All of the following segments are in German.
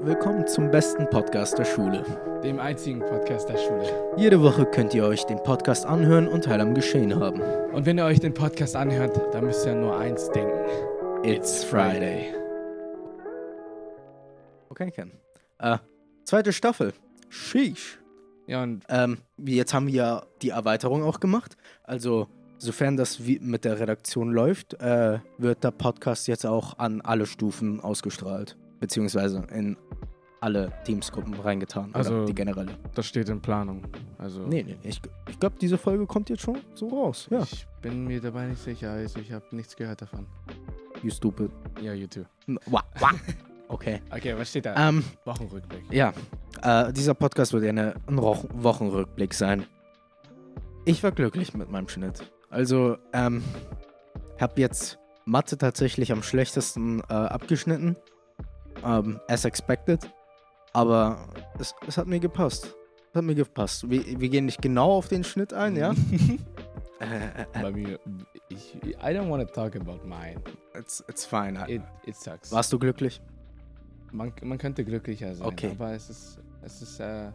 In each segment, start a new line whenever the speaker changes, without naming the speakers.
Willkommen zum besten Podcast der Schule.
dem einzigen Podcast der Schule.
Jede Woche könnt ihr euch den Podcast anhören und teil am Geschehen haben.
Und wenn ihr euch den Podcast anhört, dann müsst ihr an nur eins denken.
It's Friday. Okay, Ken. Äh, zweite Staffel. Sheesh.
Ja, und
Ähm, wir- jetzt haben wir ja die Erweiterung auch gemacht. Also, sofern das wie mit der Redaktion läuft, äh, wird der Podcast jetzt auch an alle Stufen ausgestrahlt. Beziehungsweise in alle Teamsgruppen reingetan. oder
Also-
die generelle.
das steht in Planung. Also,
Nee, nee, ich, ich glaube, diese Folge kommt jetzt schon so raus. Ja.
ich bin mir dabei nicht sicher. Also, ich habe nichts gehört davon.
You stupid.
Ja, YouTube.
Wah, wah. Okay.
Okay, was steht da?
Ähm,
Wochenrückblick.
ja. Äh, dieser Podcast wird ja eine, ein Roch Wochenrückblick sein. Ich war glücklich mit meinem Schnitt. Also, ähm, hab jetzt Mathe tatsächlich am schlechtesten äh, abgeschnitten. Ähm, as expected. Aber es, es hat mir gepasst. Es hat mir gepasst. Wir, wir gehen nicht genau auf den Schnitt ein, ja? äh, äh,
Bei mir, ich, I don't want to talk about mine.
it's, it's fine.
It, it sucks.
Warst du glücklich?
Man, man könnte glücklicher sein,
Okay.
aber es ist, es ist, äh,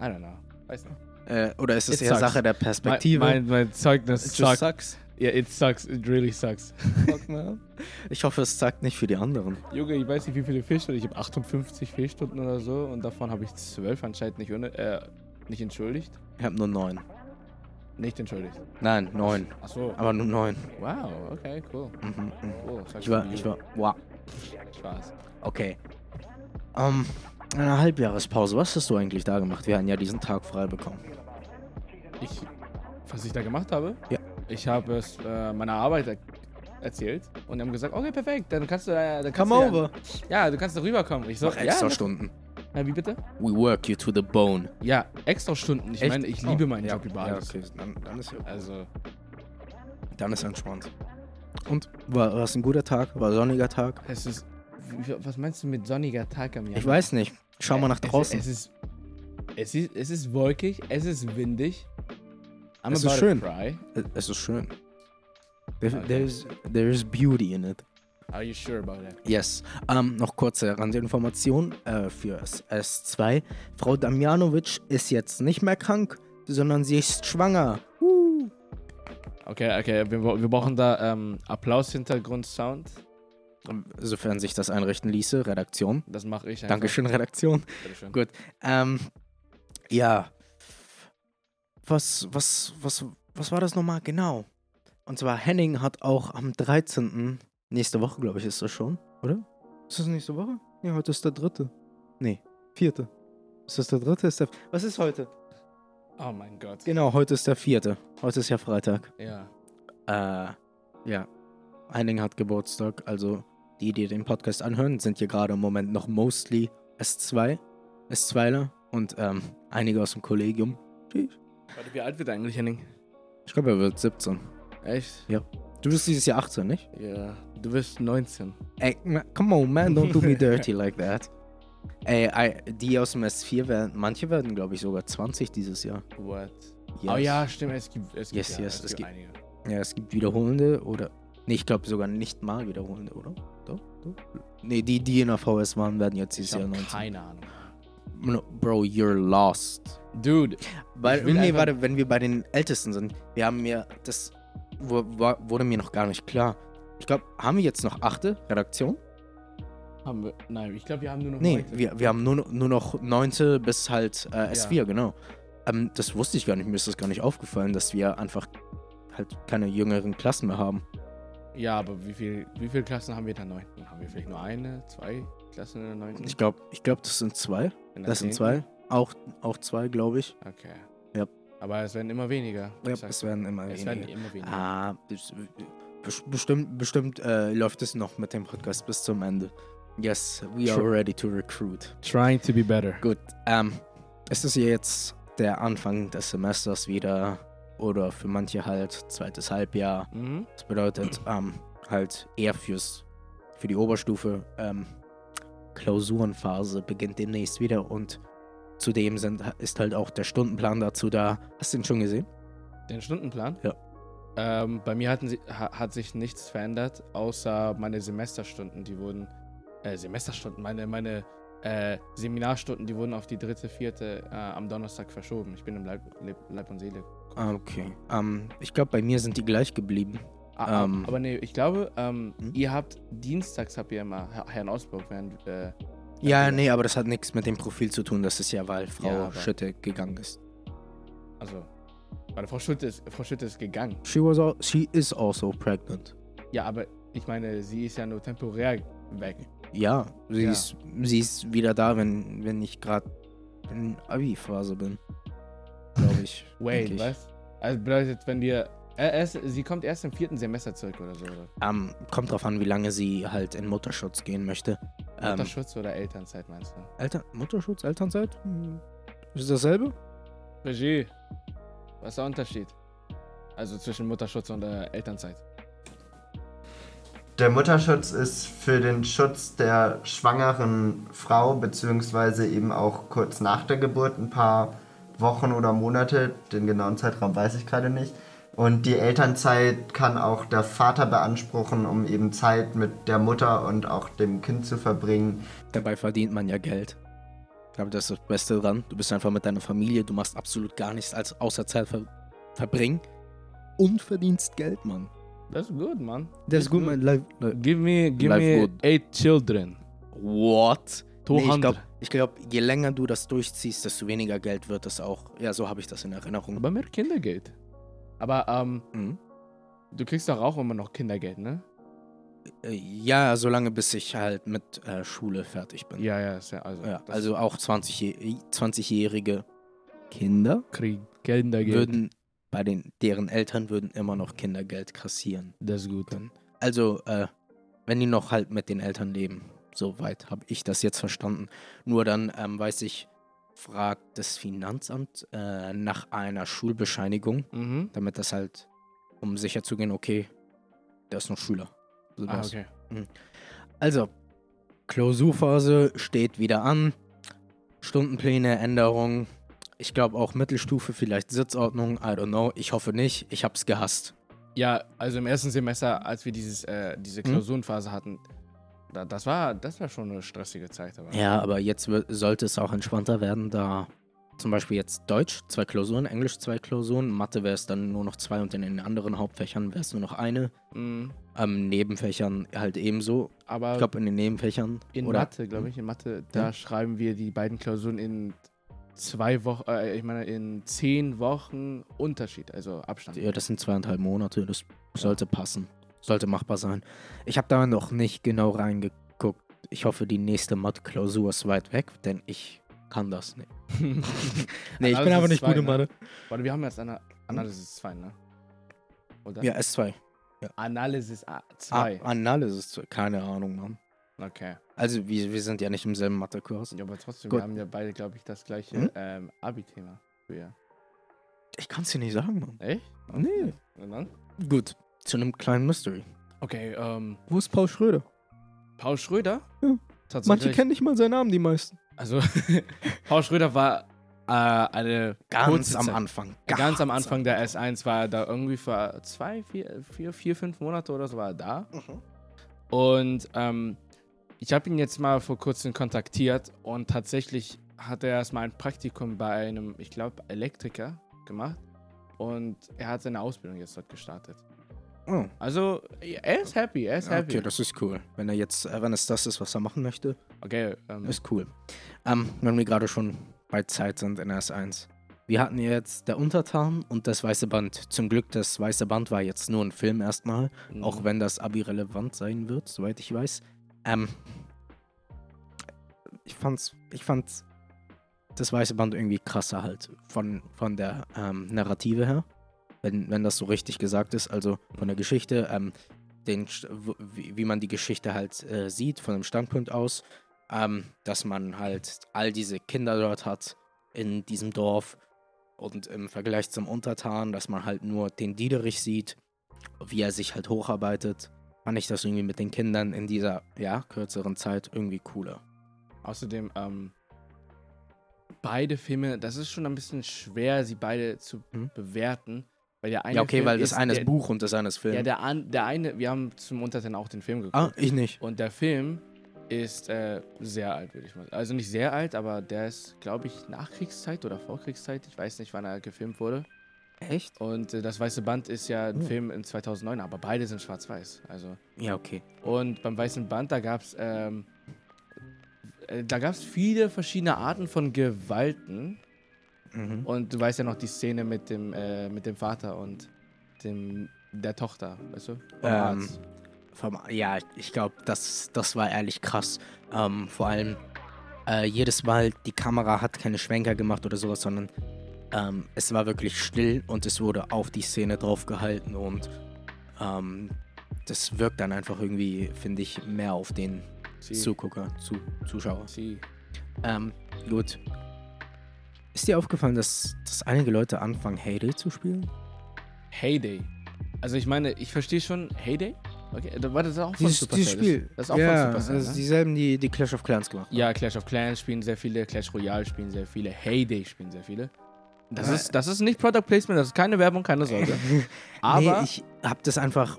I don't know. Weiß nicht.
Äh, oder ist es
It
eher
sucks.
Sache der Perspektive?
Mein, mein, mein Zeugnis
It
sucks.
just sucks.
Ja, it sucks. It really sucks.
Fuck, man. Ich hoffe, es sagt nicht für die anderen.
Junge, ich weiß nicht, wie viele Fehlstunden. Ich habe 58 Fehlstunden oder so und davon habe ich 12 anscheinend nicht, ohne, äh, nicht entschuldigt.
Ich habe nur neun.
Nicht entschuldigt.
Nein, neun.
Achso.
Aber nur neun.
Wow, okay, cool. Oh,
Mhm, mhm.
cool sucks
Ich war,
for you.
ich war, wow.
Spaß.
Okay. Ähm, eine Halbjahrespause. Was hast du eigentlich da gemacht? Wir hatten ja diesen Tag frei bekommen.
Ich, was ich da gemacht habe?
Ja.
Ich habe es äh, meiner Arbeit er erzählt und die haben gesagt, okay, perfekt, dann kannst du, äh, dann kannst
Come
du
over.
Ja, ja, du kannst da rüberkommen. Ich so,
Noch
ja,
extra
na-
Stunden.
Na, wie bitte?
We work you to the bone.
Ja, extra Stunden. Ich
Echt?
meine, ich
Oh,
liebe meinen
ja,
Job über
ja,
alles.
okay. Dann, dann ist ja
Also,
dann ist entspannt. Und war, war es ein guter Tag? War ein sonniger Tag?
es ist. wie- Was meinst du mit sonniger Tag am Januar?
Ich weiß nicht. Schau mal nach
Ähm, äh, Es-
draußen.
Es, ist, es, ist, es ist wolkig, es ist windig. I'm
Es ist
about to
schön.
Cry.
Es ist schön. There,
Okay.
there's, there's beauty in it.
Are you sure about that?
Yes. Ähm, noch kurze Randinformation äh, für S- S2. Frau Damjanovic ist jetzt nicht mehr krank, sondern sie ist schwanger. Woo.
Okay, okay, wir, wir brauchen da ähm, Applaus-Hintergrund-Sound.
Sofern sich das einrichten ließe, Redaktion.
Das mache ich einfach.
Dankeschön, Redaktion.
Bitteschön.
Gut. Ähm, ja. Was, was, was, was war das nochmal genau? Und zwar Henning hat auch am 13. nächste Woche, glaube ich, ist das schon, oder? Ist das nächste Woche? Ja, heute ist der dritte. Nee, vierte. Ist das der dritte? Ist der was ist heute?
Oh mein Gott.
Genau, heute ist der vierte. Heute ist ja Freitag.
Ja.
Äh, ja. Henning hat Geburtstag, also die, die den Podcast anhören, sind hier gerade im Moment noch mostly S2, S2ler und ähm, einige aus dem Kollegium.
Warte, wie alt wird eigentlich Henning?
Ich glaube, er wird 17.
Echt?
Du bist dieses Jahr 18, nicht?
Ja. Du bist 19.
Ey, ma- come on, man, don't do me dirty like that. Ey, ei, die aus dem S4 werden, manche werden, glaube ich, sogar 20 dieses Jahr.
What?
Yes.
Oh ja, stimmt, es gibt, es gibt,
Yes,
ja,
yes,
es
es
gibt
gibt-
einige.
Ja, es gibt wiederholende oder. Nee, ich glaube sogar nicht mal wiederholende, oder? Doch, doch. Nee, die, die in der VS waren, werden jetzt
Ich
dieses Jahr
habe
19.
keine Ahnung.
No, Bro, you're lost.
Dude,
Weil,
Ich will
nee,
einfach-
warte, wenn wir bei den Ältesten sind, wir haben mir, das wo- wo- wurde mir noch gar nicht klar. Ich glaube, haben wir jetzt noch achte Redaktion?
haben wir. Nein, ich glaube, wir haben nur noch.
Nee,
Leute.
wir, wir haben nur, noch- nur noch neunte bis halt äh, S4, genau. Ähm, das wusste ich gar nicht, mir ist das gar nicht aufgefallen, dass wir einfach halt keine jüngeren Klassen mehr haben.
Ja, aber wie, viel, wie viele Klassen haben wir in der 9.? Haben wir vielleicht nur eine, zwei Klassen in der 9.?
Ich glaube, ich glaub, das sind zwei.
In der
Das sind
10.?
zwei. Auch, auch zwei, glaube ich.
Okay.
Ja.
Aber es werden immer weniger.
Ja,
Ich sag-
es werden immer
es
weniger.
werden immer weniger.
Ah, bes- bes- bestimmt, bestimmt äh, läuft es noch mit dem Podcast bis zum Ende. Yes, we are
Sure.
ready to recruit.
Trying to be better.
Gut, ähm, es ist ja jetzt der Anfang des Semesters wieder oder für manche halt zweites Halbjahr.
Mhm.
Das bedeutet ähm, halt eher fürs, für die Oberstufe. Ähm, Klausurenphase beginnt demnächst wieder und zudem sind, ist halt auch der Stundenplan dazu da. Hast du ihn schon gesehen?
Den Stundenplan?
Ja.
Ähm, bei mir hatten sie, ha, hat sich nichts verändert, außer meine Semesterstunden. Die wurden äh, äh, Semesterstunden, meine, meine äh, Seminarstunden, die wurden auf die dritte, vierte äh, am Donnerstag verschoben. Ich bin im Leib, Leib, Leib und Seele.
Ah, okay. Ähm, ich glaube, bei mir sind die gleich geblieben.
Ah,
Ähm.
aber nee, ich glaube, ähm,
Hm?
ihr habt dienstags habt ihr immer Herr- Herrn Ausburg, während äh,
Ja,
Ja.
nee, aber das hat nichts mit dem Profil zu tun. Das ist ja, weil Frau
Ja, aber-
Schütte gegangen ist.
also meine Frau Schütte ist Frau Schütte ist gegangen.
She, was al she is also pregnant.
Ja, aber ich meine, sie ist ja nur temporär weg.
Ja, sie,
Ja.
Ist, sie ist wieder da, wenn, wenn ich gerade in Abi-Phase bin. Glaube ich.
Wait,
denk ich.
was? Also bedeutet, wenn wir äh, erst, sie kommt erst im vierten Semester zurück oder so. Oder?
Ähm, kommt drauf an, wie lange sie halt in Mutterschutz gehen möchte. Ähm,
Mutterschutz oder Elternzeit meinst du?
Eltern Mutterschutz, Elternzeit? Hm, Ist dasselbe?
Regie. Was ist der Unterschied? Also zwischen Mutterschutz und äh, Elternzeit.
Der Mutterschutz ist für den Schutz der schwangeren Frau, beziehungsweise eben auch kurz nach der Geburt, ein paar Wochen oder Monate, den genauen Zeitraum weiß ich gerade nicht. Und die Elternzeit kann auch der Vater beanspruchen, um eben Zeit mit der Mutter und auch dem Kind zu verbringen.
Dabei verdient man ja Geld. Ich glaube, das ist das Beste dran. Du bist einfach mit deiner Familie, du machst absolut gar nichts als außer Zeit ver verbringen und verdienst Geld, Mann. Äh,
Das ist gut, Mann.
Das ist gut, mein Life.
Give me, give
Life
me
good.
eight children.
What? Nee,
200.
ich glaube, ich glaub, je länger du das durchziehst, desto weniger Geld wird es auch. Ja, so habe ich das in Erinnerung.
Aber mehr Kindergeld. Aber ähm,
Mhm.
du kriegst doch auch immer noch Kindergeld, ne?
Äh, Ja, solange bis ich halt mit äh, Schule fertig bin.
Ja, ja, ist ja also.
Ja,
das
also auch 20-jä- 20-jährige Kinder
krieg Kindergeld.
würden bei den deren Eltern würden immer noch Kindergeld kassieren.
das ist gut.
können. Also, äh, wenn die noch halt mit den Eltern leben. Soweit habe ich das jetzt verstanden. Nur dann ähm, weiß ich, fragt das Finanzamt äh, nach einer Schulbescheinigung,
Mhm.
damit das halt, um sicher zu gehen, okay, der ist noch Schüler. So
Ah,
das.
okay.
Also, Klausurphase steht wieder an. Stundenpläne, Änderungen. Ich glaube auch Mittelstufe, vielleicht Sitzordnung. I don't know. Ich hoffe nicht. Ich hab's gehasst.
Ja, also im ersten Semester, als wir dieses, äh,
Mhm.
diese Klausurenphase hatten, da, das, war, das war schon eine stressige Zeit. Aber
Ja, aber jetzt wi- sollte es auch entspannter werden, da zum Beispiel jetzt Deutsch zwei Klausuren, Englisch zwei Klausuren, Mathe wäre es dann nur noch zwei und in den anderen Hauptfächern wäre es nur noch eine.
Mhm.
Ähm, Nebenfächern halt ebenso.
aber
Ich glaube, in den Nebenfächern.
Äh, in
oder? Mhm.
Mathe, glaube ich, in Mathe, da
Ja.
schreiben wir die beiden Klausuren in zwei Wochen, äh, ich meine, in zehn Wochen Unterschied, also Abstand.
Ja, das sind zweieinhalb Monate. Das sollte passen. Sollte machbar sein. Ich habe da noch nicht genau reingeguckt. Ich hoffe, die nächste Mod-Klausur ist weit weg, denn ich kann das nicht. Nee, ich
Analysis
bin aber nicht
zwei,
gut in
ne?
Mathe.
Warte, wir haben jetzt Ana Analysis 2, ne? Oder?
Mhm. Ja, S2.
Analysis
Ah,
2.
Analysis. Keine Ahnung, Mann.
Okay.
Also, wir, wir sind ja nicht im selben Mathekurs.
Ja, aber trotzdem,
Gut.
wir haben ja beide, glaube ich, das gleiche
Mhm.
ähm, Abi-Thema. früher.
Ich kann es dir nicht sagen, Mann.
Echt?
Nee.
Und dann?
Gut, zu einem kleinen Mystery.
Okay, ähm,
Wo ist Paul Schröder?
Paul Schröder?
Ja. Hm. Manche
Tatsächlich.
kennen nicht mal seinen Namen, die meisten.
also, Paul Schröder war äh, eine
Ganz
kurze
am
Zeit-
Anfang.
Ganz am Anfang der S1 war er da irgendwie für zwei, vier, vier, vier fünf Monate oder so war er da.
Mhm.
Und ähm, ich habe ihn jetzt mal vor kurzem kontaktiert und tatsächlich hat er erstmal ein Praktikum bei einem, ich glaube, Elektriker gemacht. Und er hat seine Ausbildung jetzt dort gestartet.
Oh.
Also, er ist happy, er ist happy.
Okay, das ist cool. Wenn er jetzt, äh, wenn es das ist, was er machen möchte,
Okay, ähm,
ist cool. Ähm, wenn wir gerade schon bei Zeit sind in S1. Wir hatten ja jetzt der Untertan und das weiße Band. Zum Glück, das weiße Band war jetzt nur ein Film erstmal,
Mhm.
auch wenn das Abi relevant sein wird, soweit ich weiß. Ähm, ich fand's, ich fand's das weiße Band irgendwie krasser halt von, von der ähm, Narrative her, wenn, wenn das so richtig gesagt ist, also von der Geschichte, ähm, den, Sch- w- wie, wie man die Geschichte halt äh, sieht, von dem Standpunkt aus, ähm, dass man halt all diese Kinder dort hat in diesem Dorf und im Vergleich zum Untertan, dass man halt nur den Diederich sieht, wie er sich halt hocharbeitet, fand ich das irgendwie mit den Kindern in dieser, ja, kürzeren Zeit irgendwie cooler.
Außerdem, ähm, beide Filme, das ist schon ein bisschen schwer, sie beide zu
Hm?
bewerten. Weil der eine
ja, okay,
Film
weil das eine ist
der,
Buch und das eine ist Film.
Ja, der, an, der eine, wir haben zum Untertan auch den Film geguckt.
ah, ich nicht.
Und der Film ist äh, sehr alt, würde ich mal sagen. Also nicht sehr alt, aber der ist, glaube ich, Nachkriegszeit oder Vorkriegszeit. Ich weiß nicht, wann er gefilmt wurde.
Echt?
Und äh, das Weiße Band ist ja ein
Oh.
Film in 2009, aber beide sind schwarz-weiß. Also
Ja, okay.
und beim Weißen Band, da gab es ähm, äh, da gab's viele verschiedene Arten von Gewalten.
Mhm.
Und du weißt ja noch die Szene mit dem, äh, mit dem Vater und dem, der Tochter, weißt du? Vom
Ähm, Vom, ja, ich glaube, das, das war ehrlich krass. Ähm, vor allem äh, jedes Mal, die Kamera hat keine Schwenker gemacht oder sowas, sondern ähm, es war wirklich still und es wurde auf die Szene drauf gehalten und ähm, das wirkt dann einfach irgendwie, finde ich, mehr auf den
Sie,
Zugucker, zu, Zuschauer.
Sie.
Ähm, gut. Ist dir aufgefallen, dass, dass einige Leute anfangen, Heyday zu spielen?
Heyday. Also ich meine, ich verstehe schon Heyday. Okay, da war das auch von Supercell. Das, das ist auch
ja,
von Supercell.
also
ne?
dieselben, die, die Clash of Clans gemacht
Ja, Clash of Clans spielen sehr viele, Clash Royale spielen sehr viele, Heyday spielen sehr viele. Das
Ja.
ist, das ist nicht Product Placement, das ist keine Werbung, keine Sorge. Aber
nee, ich habe das einfach.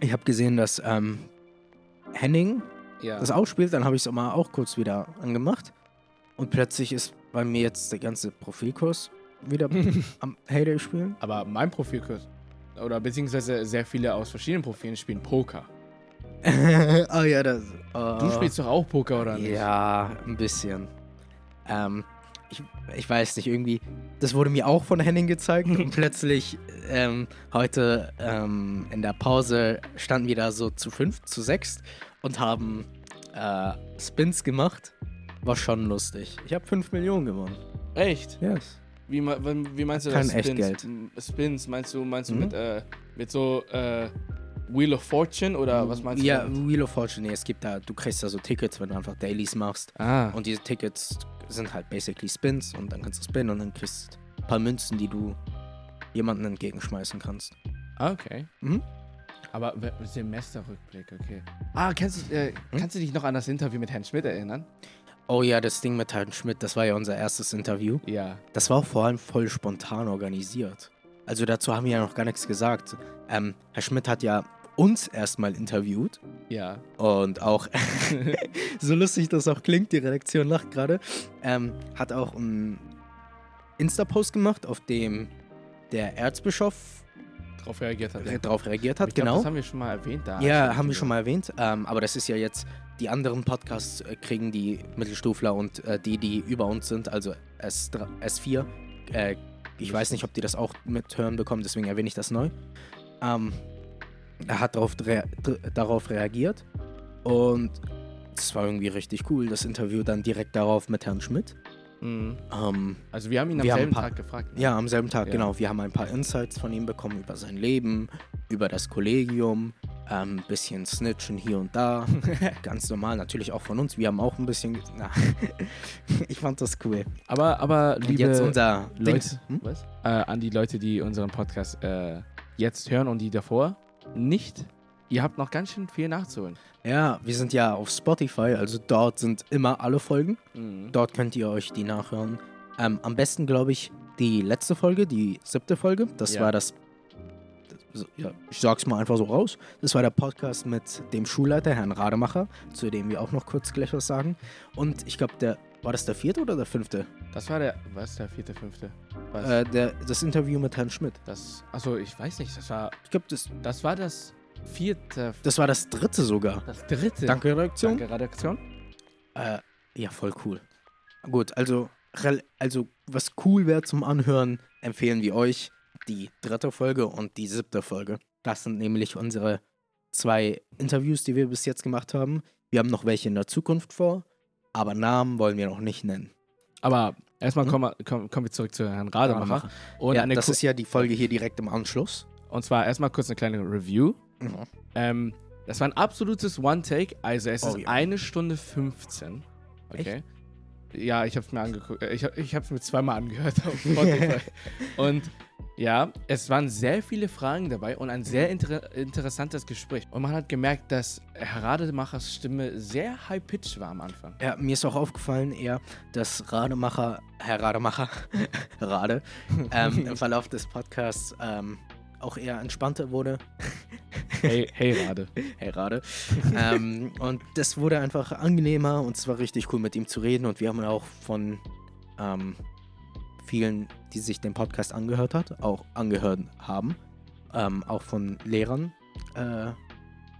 Ich habe gesehen, dass ähm, Henning
ja,
das auch spielt. Dann habe ich es mal auch kurz wieder angemacht. Und plötzlich ist bei mir jetzt der ganze Profilkurs wieder am Heyday spielen.
aber mein Profilkurs oder beziehungsweise sehr viele aus verschiedenen Profilen spielen Poker.
oh ja, das.
Du spielst doch auch Poker oder nicht?
Ah. Ja, ein bisschen. Ähm, ich, ich weiß nicht, irgendwie. Das wurde mir auch von Henning gezeigt und plötzlich ähm, heute ähm, in der Pause standen wir da so zu fünf, zu sechs und haben äh, Spins gemacht. War schon lustig. Ich habe fünf Millionen gewonnen.
Echt?
Yes.
Wie, me- wenn- wie meinst du
Kein
das? Spins?
Echtgeld.
M- Spins meinst du meinst du
Mhm.
mit äh, mit so äh, Wheel of Fortune oder was meinst du?
Ja,
damit?
Wheel of Fortune. Nee, es gibt da, du kriegst da so Tickets, wenn du einfach Dailies machst.
Ah.
Und diese Tickets sind halt basically Spins und dann kannst du spinnen und dann kriegst du ein paar Münzen, die du jemandem entgegenschmeißen kannst.
Ah, okay.
Mhm.
Aber we- Semesterrückblick, okay. Ah, kannst du, äh,
Mhm.
kannst du dich noch an das Interview mit Herrn Schmidt erinnern?
Oh ja, das Ding mit Herrn Schmidt, das war ja unser erstes Interview.
Ja.
Das war auch vor allem voll spontan organisiert. Also dazu haben wir ja noch gar nichts gesagt. Ähm, Herr Schmidt hat ja uns erstmal interviewt
Ja.
und auch, so lustig das auch klingt, die Redaktion lacht gerade, ähm, hat auch einen Insta-Post gemacht, auf dem der Erzbischof
Darauf reagiert hat.
re
er.
darauf reagiert
Ich
hat,
glaub,
genau.
Das haben wir schon mal erwähnt da.
Ja, haben wir schon mal erwähnt. Ähm, aber das ist ja jetzt, die anderen Podcasts äh, kriegen die Mittelstufler und äh, die, die über uns sind, also S3, S4. Äh, ich weiß nicht, ob die das auch mithören bekommen, deswegen erwähne ich das neu. Ähm, er hat darauf, dre- dr- darauf reagiert und es war irgendwie richtig cool, das Interview dann direkt darauf mit Herrn Schmidt.
Mhm.
Ähm,
Also wir haben ihn am
Wir haben
selben
ein paar-
Tag gefragt. ne?
ja, am selben Tag,
Ja.
genau. Wir haben ein paar Insights von ihm bekommen über sein Leben, über das Kollegium, ein ähm, bisschen Snitchen hier und da. Ganz normal, natürlich auch von uns. Wir haben auch ein bisschen. ge- Na, ich fand das cool.
Aber, aber
Und
liebe
jetzt unser Dings.
Leute,
Hm?
was? Äh, an die Leute, die unseren Podcast äh, jetzt hören und die davor nicht, ihr habt noch ganz schön viel nachzuholen.
Ja, wir sind ja auf Spotify, also dort sind immer alle Folgen.
Mhm.
Dort könnt ihr euch die nachhören. Ähm, am besten, glaube ich, die letzte Folge, die siebte Folge. Das
Ja.
war das. das ja, ich sag's mal einfach so raus. Das war der Podcast mit dem Schulleiter, Herrn Rademacher, zu dem wir auch noch kurz gleich was sagen. Und ich glaube, der. War das der vierte oder der fünfte?
Das war der, was, der vierte, fünfte? Was?
Äh, der, das Interview mit Herrn Schmidt.
das, also ich weiß nicht, das war,
Ich glaube, das,
das war das vierte,
das war das dritte sogar.
das dritte.
Danke, Redaktion.
Danke, Redaktion.
Äh, ja, voll cool. Gut, also, rel- also was cool wäre zum Anhören, empfehlen wir euch die dritte Folge und die siebte Folge. Das sind nämlich unsere zwei Interviews, die wir bis jetzt gemacht haben. Wir haben noch welche in der Zukunft vor, aber Namen wollen wir noch nicht nennen.
Aber erstmal
Hm?
kommen, wir- kommen, kommen wir zurück zu Herrn Rademacher. Und,
ja,
eine
das
ku-
ist ja die Folge hier direkt im Anschluss.
und zwar erstmal kurz eine kleine Review. Ähm, das war ein absolutes One-Take, also es
Oh
ist
ja.
eine Stunde 15. Okay. Ja, ich hab's mir angeguckt. äh, Ich, hab- ich hab's mir zweimal angehört auf Spotify. und ja, es waren sehr viele Fragen dabei und ein sehr inter interessantes Gespräch. Und man hat gemerkt, dass Herr Rademachers Stimme sehr high-pitch war am Anfang.
Ja, mir ist auch aufgefallen eher, dass Rademacher, Herr Rademacher, Rade, ähm, im Verlauf des Podcasts ähm, auch eher entspannter wurde.
Hey, hey Rade.
hey Rade. ähm, und das wurde einfach angenehmer und es war richtig cool, mit ihm zu reden. Und wir haben auch von ähm, vielen, die sich den Podcast angehört hat, auch angehört haben, ähm, auch von Lehrern, äh,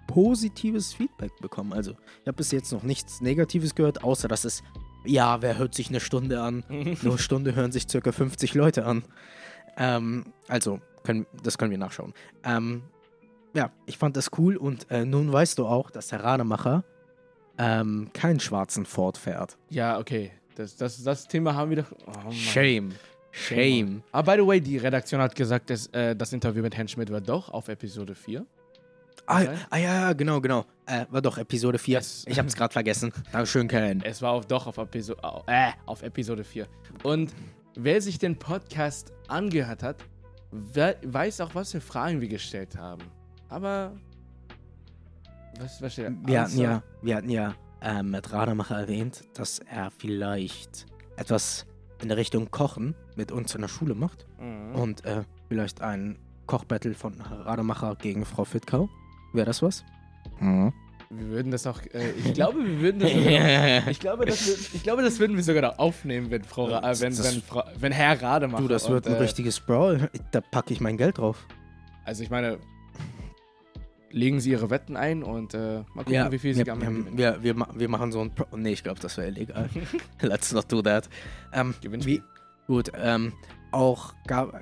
positives Feedback bekommen. Also ich habe bis jetzt noch nichts Negatives gehört, außer dass es, ja, wer hört sich eine Stunde an? Nur Stunde hören sich circa 50 Leute an. Ähm, also, können, das können wir nachschauen. Ähm, ja, ich fand das cool und äh, nun weißt du auch, dass der Rademacher ähm, keinen schwarzen Ford fährt.
Ja, okay. Das, das, das Thema haben wir doch. Oh Mann.
Shame. Shame.
Ah, by the way, die Redaktion hat gesagt, dass, äh, das Interview mit Herrn Schmidt war doch auf Episode 4.
Ah,
Okay.
ah ja, ja, genau, genau. Äh, war doch Episode 4.
Es-
Ich hab's gerade vergessen. Dankeschön, Karen.
Es war auf, doch auf, Episo au- äh, auf Episode 4. Und wer sich den Podcast angehört hat, wer, weiß auch, was für Fragen wir gestellt haben. Aber. Was, was steht da?
Wir hatten
Answer?
ja, wir hatten ja äh, mit Rademacher erwähnt, dass er vielleicht etwas in der Richtung Kochen mit uns in der Schule macht.
Mhm.
Und äh, vielleicht ein Kochbattle von Rademacher gegen Frau Fittkau. Wäre das was? Mhm.
Wir würden das auch. Äh, ich glaube, wir würden das. Sogar, ich, glaube, das wür- ich glaube, das würden wir sogar noch aufnehmen, wenn, Frau, Ra- äh,
Das-
wenn,
das-
wenn, Frau, wenn Herr Rademacher.
Du, das wird
und,
ein
äh,
richtiges Brawl. Da packe ich mein Geld drauf.
Also ich meine, legen Sie Ihre Wetten ein und äh, mal gucken, wie viel Sie
wir,
am Ende
wir,
gewinnen.
wir, wir, ma- wir machen so ein Pro Nee, ich glaube, das wäre illegal. Let's not do that. Ähm,
Gewinnspiel.
wie, gut, ähm, auch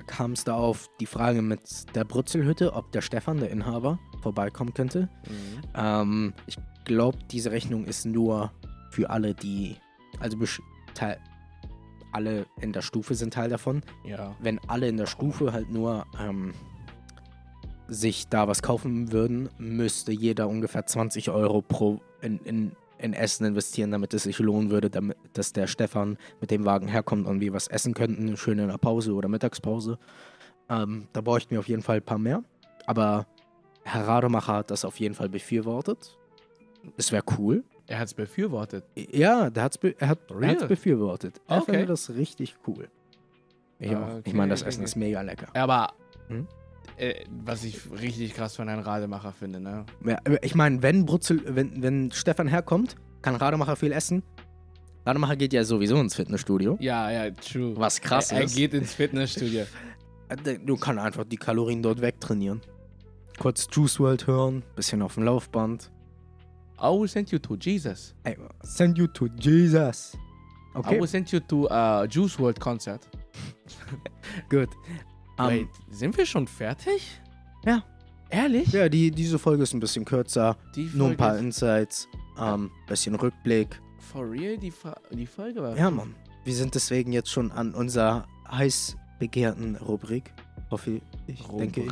kam es da auf die Frage mit der Brutzelhütte, ob der Stefan, der Inhaber, vorbeikommen könnte.
Mhm.
Ähm, ich glaube, diese Rechnung ist nur für alle, die, also besch- teil, alle in der Stufe sind Teil davon.
Ja.
Wenn alle in der Stufe halt nur ähm, sich da was kaufen würden, müsste jeder ungefähr 20 Euro pro in, in, in Essen investieren, damit es sich lohnen würde, damit, dass der Stefan mit dem Wagen herkommt und wir was essen könnten, schön in der Pause oder Mittagspause. Ähm, da bräuchten wir auf jeden Fall ein paar mehr. Aber Herr Rademacher hat das auf jeden Fall befürwortet. Es wäre cool.
Er hat es befürwortet.
Ja, der hat's be er hat es
Really?
befürwortet. Er
Okay.
findet das richtig cool. Ich, auch. ich
Okay,
meine, das
okay,
Essen
okay.
ist mega lecker.
Aber
Hm?
äh, was ich richtig krass von Herrn Rademacher finde, ne?
Ja, aber ich meine, wenn Brutzel, wenn, wenn Stefan herkommt, kann Rademacher viel essen. Rademacher geht ja sowieso ins Fitnessstudio.
Ja, ja, true.
Was krass
er, er
ist.
geht ins Fitnessstudio.
Äh, Du kannst einfach die Kalorien dort wegtrainieren. Kurz Juice World hören, bisschen auf dem Laufband.
I will send you to Jesus.
Ey, send you to Jesus.
I
Okay,
will send you to uh, Juice World Concert.
gut. Ähm,
Wait, sind wir schon fertig?
Ja.
Ehrlich?
ja, die, diese Folge ist ein bisschen kürzer.
Die
Nur ein
Folge
paar
ist-
Insights, ähm, bisschen Rückblick.
For real? Die, Fa- die Folge war.
Ja, Mann. Wir sind deswegen jetzt schon an unserer heiß begehrten Rubrik. Hoffe ich, denke ich.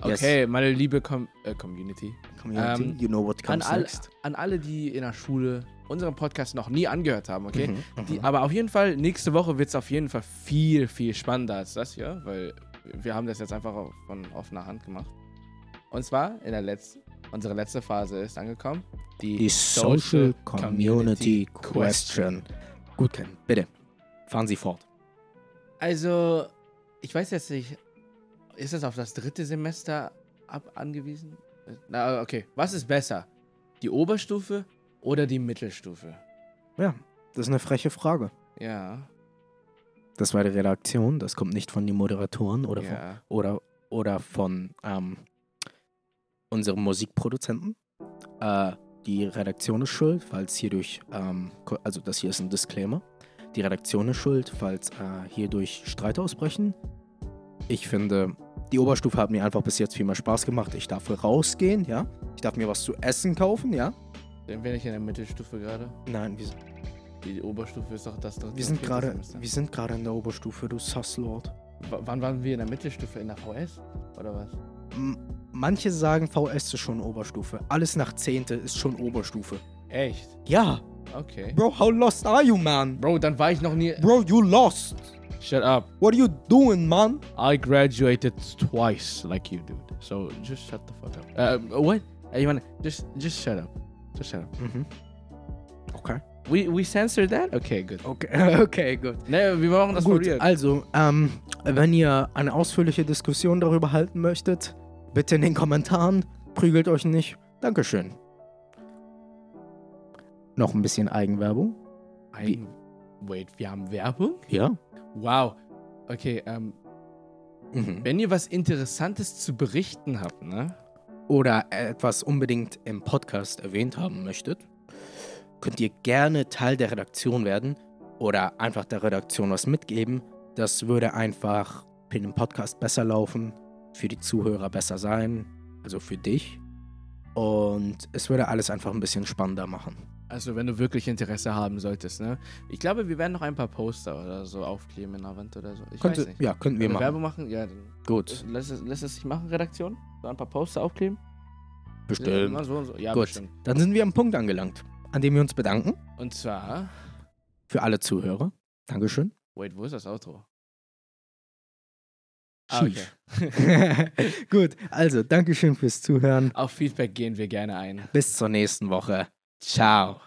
Rubrik. Okay, meine liebe Com äh, Community.
Community,
Ähm,
you know what
An,
comes
all,
next.
an alle, die in der Schule unseren Podcast noch nie angehört haben, okay?
Mhm,
Die,
mhm.
aber auf jeden Fall, nächste Woche wird es auf jeden Fall viel, viel spannender als das hier, weil wir haben das jetzt einfach auf- von offener Hand gemacht. Und zwar in der letzten, unsere letzte Phase ist angekommen. Die,
Die Social Community Question. Gut, Ken, bitte. Fahren Sie fort.
Also, ich weiß jetzt nicht, ist das auf das dritte Semester ab angewiesen? Äh, Na, okay. Was ist besser? Die Oberstufe oder die Mittelstufe?
Ja, das ist eine freche Frage.
Ja.
Das war die Redaktion, das kommt nicht von den Moderatoren oder von,
ja.
oder, oder von ähm, unserem Musikproduzenten. Äh, die Redaktion ist schuld, falls hierdurch, ähm, ko- also das hier ist ein Disclaimer. Die Redaktion ist schuld, falls äh, hierdurch Streite ausbrechen. Ich finde, die Oberstufe hat mir einfach bis jetzt viel mehr Spaß gemacht. Ich darf rausgehen, ja. Ich darf mir was zu essen kaufen, ja.
Dann bin ich in der Mittelstufe gerade.
Nein, wir,
Die Oberstufe ist doch das dritte
wir sind
und vierte
gerade,
Semester.
wir sind gerade in der Oberstufe, du Susslord.
W- Wann waren wir in der Mittelstufe? In der VS? Oder was?
M manche sagen, VS ist schon Oberstufe. Alles nach Zehnte ist schon Oberstufe.
Echt?
Ja.
Okay.
Bro, how lost are you, man?
Bro, dann war ich noch nie.
Bro, you lost.
Shut up.
What are you doing, man?
I graduated twice like you did. So just shut the fuck up. Uh, what? Hey, you wanna just just shut up. Just shut up.
Mhm. Okay.
We we censored that? Okay, good.
Okay, okay, gut.
Ne, wir machen das
Gut,
for real.
also, ähm, wenn ihr eine ausführliche Diskussion darüber halten möchtet, bitte in den Kommentaren. Prügelt euch nicht. Dankeschön. Noch ein bisschen Eigenwerbung?
Ein, wait, wir haben Werbung?
Ja.
Wow. Okay, ähm,
Mhm.
wenn ihr was Interessantes zu berichten habt, ne?
oder etwas unbedingt im Podcast erwähnt haben möchtet, könnt ihr gerne Teil der Redaktion werden oder einfach der Redaktion was mitgeben. Das würde einfach für den Podcast besser laufen, für die Zuhörer besser sein, also für dich. Und es würde alles einfach ein bisschen spannender machen.
Also, wenn du wirklich Interesse haben solltest, ne? Ich glaube, wir werden noch ein paar Poster oder so aufkleben in der Wand oder so. Ich weiß
Könnte,
nicht.
ja, könnten wir
Wenn
machen.
Werbung machen? Ja, dann
Gut,
lässt es, lässt es sich machen, Redaktion? So ein paar Poster aufkleben?
bestimmt.
Immer so und so. Ja,
Gut.
bestimmt.
Dann sind wir am Punkt angelangt, an dem wir uns bedanken
Und zwar,
für alle Zuhörer. Dankeschön.
wait, wo ist das Outro?
Schief. Gut, also Dankeschön fürs Zuhören.
Auf Feedback gehen wir gerne ein.
Bis zur nächsten Woche. Ciao.